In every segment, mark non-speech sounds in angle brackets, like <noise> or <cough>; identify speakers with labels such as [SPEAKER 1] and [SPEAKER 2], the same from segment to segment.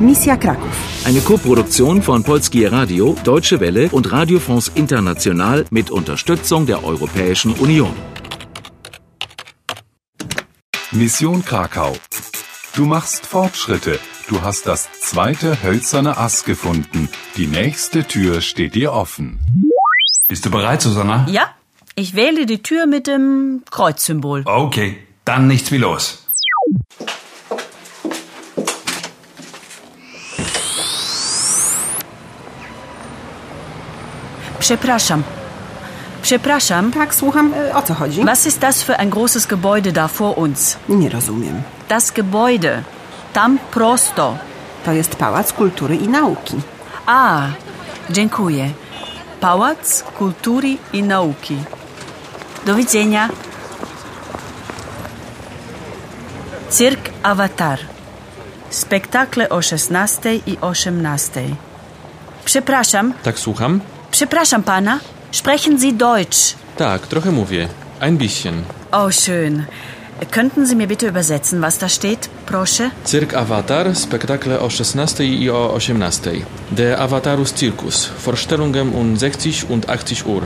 [SPEAKER 1] Misja Kraków.
[SPEAKER 2] Eine Koproduktion von Polskie Radio, Deutsche Welle und Radio France International mit Unterstützung der Europäischen Union.
[SPEAKER 3] Mission Krakau. Du machst Fortschritte. Du hast das zweite hölzerne Ass gefunden. Die nächste Tür steht dir offen.
[SPEAKER 4] Bist du bereit, Susanna?
[SPEAKER 5] Ja, ich wähle die Tür mit dem Kreuzsymbol.
[SPEAKER 4] Oh. Okay, dann nichts wie los.
[SPEAKER 5] Przepraszam. Przepraszam.
[SPEAKER 1] Tak, słucham, e, o co chodzi?
[SPEAKER 5] Was ist das für ein großes Gebäude da vor uns?
[SPEAKER 1] Nie rozumiem.
[SPEAKER 5] Das Gebäude. Tam prosto.
[SPEAKER 1] To jest Pałac Kultury i Nauki.
[SPEAKER 5] A, dziękuję. Pałac Kultury i Nauki. Do widzenia. Cyrk Avatar. Spektakle o 16 i 18. Przepraszam,
[SPEAKER 6] Tak słucham?
[SPEAKER 5] przepraszam pana. Sprechen Sie Deutsch?
[SPEAKER 6] Tak, trochę mówię. Ein bisschen.
[SPEAKER 5] Oh, schön. Könnten Sie mir bitte übersetzen, was da steht? Proszę.
[SPEAKER 6] Cyrk Avatar, spektakle o 16 i o 18. Der Avatarus Circus, Vorstellungen um 60 und 80 Uhr.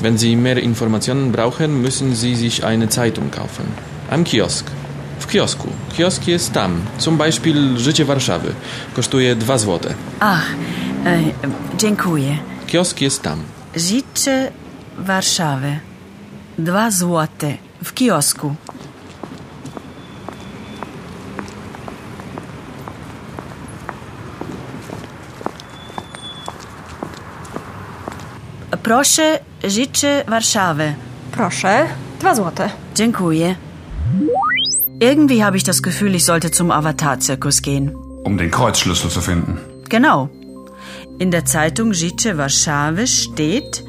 [SPEAKER 6] Wenn Sie mehr Informationen brauchen, müssen Sie sich eine Zeitung kaufen. Am Kiosk. W kiosku. Kiosk jest tam. Zum Beispiel Życie Warszawy. Kosztuje 2 złote.
[SPEAKER 5] Ach, e, dziękuję.
[SPEAKER 6] Kiosk jest tam.
[SPEAKER 5] Życie Warszawy. Dwa złote w kiosku. Proszę, życzę Warszawy.
[SPEAKER 7] Proszę, dwa złote.
[SPEAKER 5] Dziękuję. Irgendwie habe ich das Gefühl, ich sollte zum Avatar-Zirkus gehen.
[SPEAKER 4] Um den Kreuzschlüssel zu finden.
[SPEAKER 5] Genau. In der Zeitung Życie Warszawy steht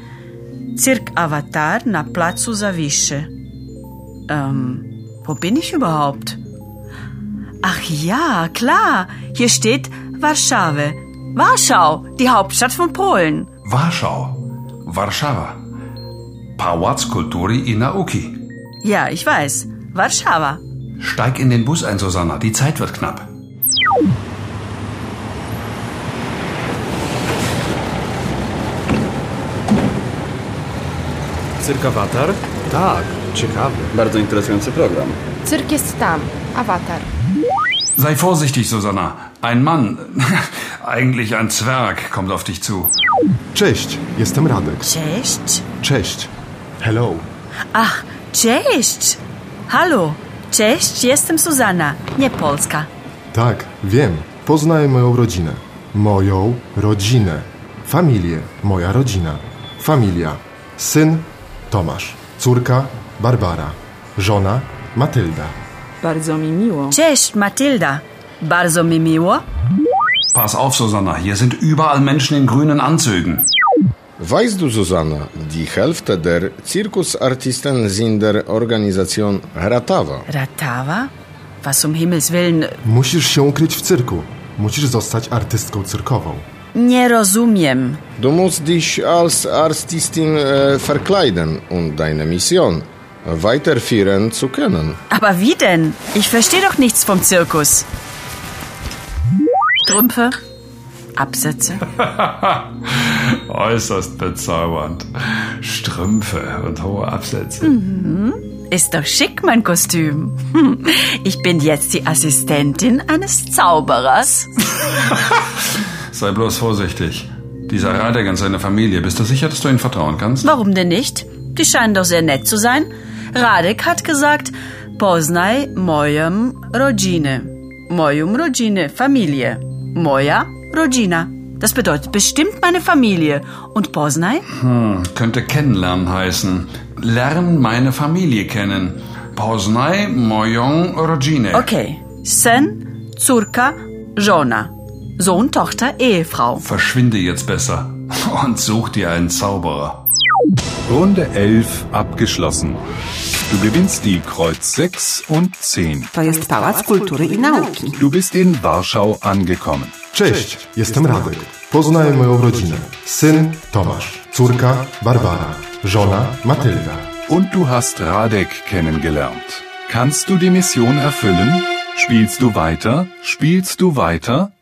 [SPEAKER 5] Zirk Avatar na Placu Zawische. Ähm, wo bin ich überhaupt? Ach ja, klar. Hier steht Warszawy. Warschau, die Hauptstadt von Polen.
[SPEAKER 4] Warschau. Warszawa. Pałac Kultury i Nauki.
[SPEAKER 5] Ja, ich weiß. Warszawa.
[SPEAKER 4] Steig in den Bus ein, Susanna. Die Zeit wird knapp.
[SPEAKER 8] Cyrkawatar? Tak, ciekawy.
[SPEAKER 9] Bardzo interesujący program.
[SPEAKER 10] Cyrk jest tam. Awatar.
[SPEAKER 4] Sei vorsichtig, Susanna. Ein Mann, <laughs> eigentlich ein Zwerg, kommt auf dich zu.
[SPEAKER 8] Cześć, jestem Radek.
[SPEAKER 5] Cześć.
[SPEAKER 8] Cześć. Hello.
[SPEAKER 5] Ach, cześć. Hallo. Cześć, jestem Susanna, nie Polska.
[SPEAKER 8] Tak, wiem. Poznaj moją rodzinę. Moją rodzinę. Familię. Moja rodzina. Familia. Syn Tomasz. Córka Barbara. Żona Matylda.
[SPEAKER 7] Bardzo mi miło.
[SPEAKER 5] Cześć, Matilda. Bardzo mi miło.
[SPEAKER 4] Pass auf, Susanna. Hier sind überall Menschen in grünen Anzügen.
[SPEAKER 9] Weißt du, Susanna, die Hälfte der Zirkusartisten sind der Organisation Ratawa.
[SPEAKER 5] Ratawa? Was um Himmels Willen?
[SPEAKER 8] Musisz się ukryć w cyrku. Musisz zostać artystką cyrkową.
[SPEAKER 5] Nie rozumiem.
[SPEAKER 9] Du musst dich als Artistin äh, verkleiden, um deine Mission weiterführen zu können.
[SPEAKER 5] Aber wie denn? Ich verstehe doch nichts vom Zirkus. Trümpfe, Absätze.
[SPEAKER 4] Äußerst bezaubernd. Strümpfe und hohe Absätze.
[SPEAKER 5] Ist doch schick, mein Kostüm. Hm, Ich bin jetzt die Assistentin eines Zauberers.
[SPEAKER 4] Sei bloß vorsichtig. Dieser Radek und seine Familie, bist du sicher, dass du ihnen vertrauen kannst?
[SPEAKER 5] Warum denn nicht? Die scheinen doch sehr nett zu sein. Radek hat gesagt, Poznaj moją rodzinę. Moją rodzinę, Familie. Moja rodzina. Das bedeutet bestimmt meine Familie. Und Poznaj?
[SPEAKER 4] Könnte kennenlernen heißen. Lern meine Familie kennen. Poznaj moją rodzinę.
[SPEAKER 5] Okay. Sen, Zurka, Jona. Sohn, Tochter, Ehefrau.
[SPEAKER 4] Verschwinde jetzt besser <laughs> und such dir einen Zauberer.
[SPEAKER 3] Runde 11 abgeschlossen. Du gewinnst die Kreuz 6 und 10.
[SPEAKER 1] To jest Pałac Kultury i Nauki.
[SPEAKER 3] Du bist in Warschau angekommen.
[SPEAKER 8] Cześć, jestem Radek. Poznaj moją rodzinę. Syn Tomasz. Córka Barbara. Żona Matylda.
[SPEAKER 3] Und du hast Radek kennengelernt. Kannst du die Mission erfüllen? Spielst du weiter? Spielst du weiter?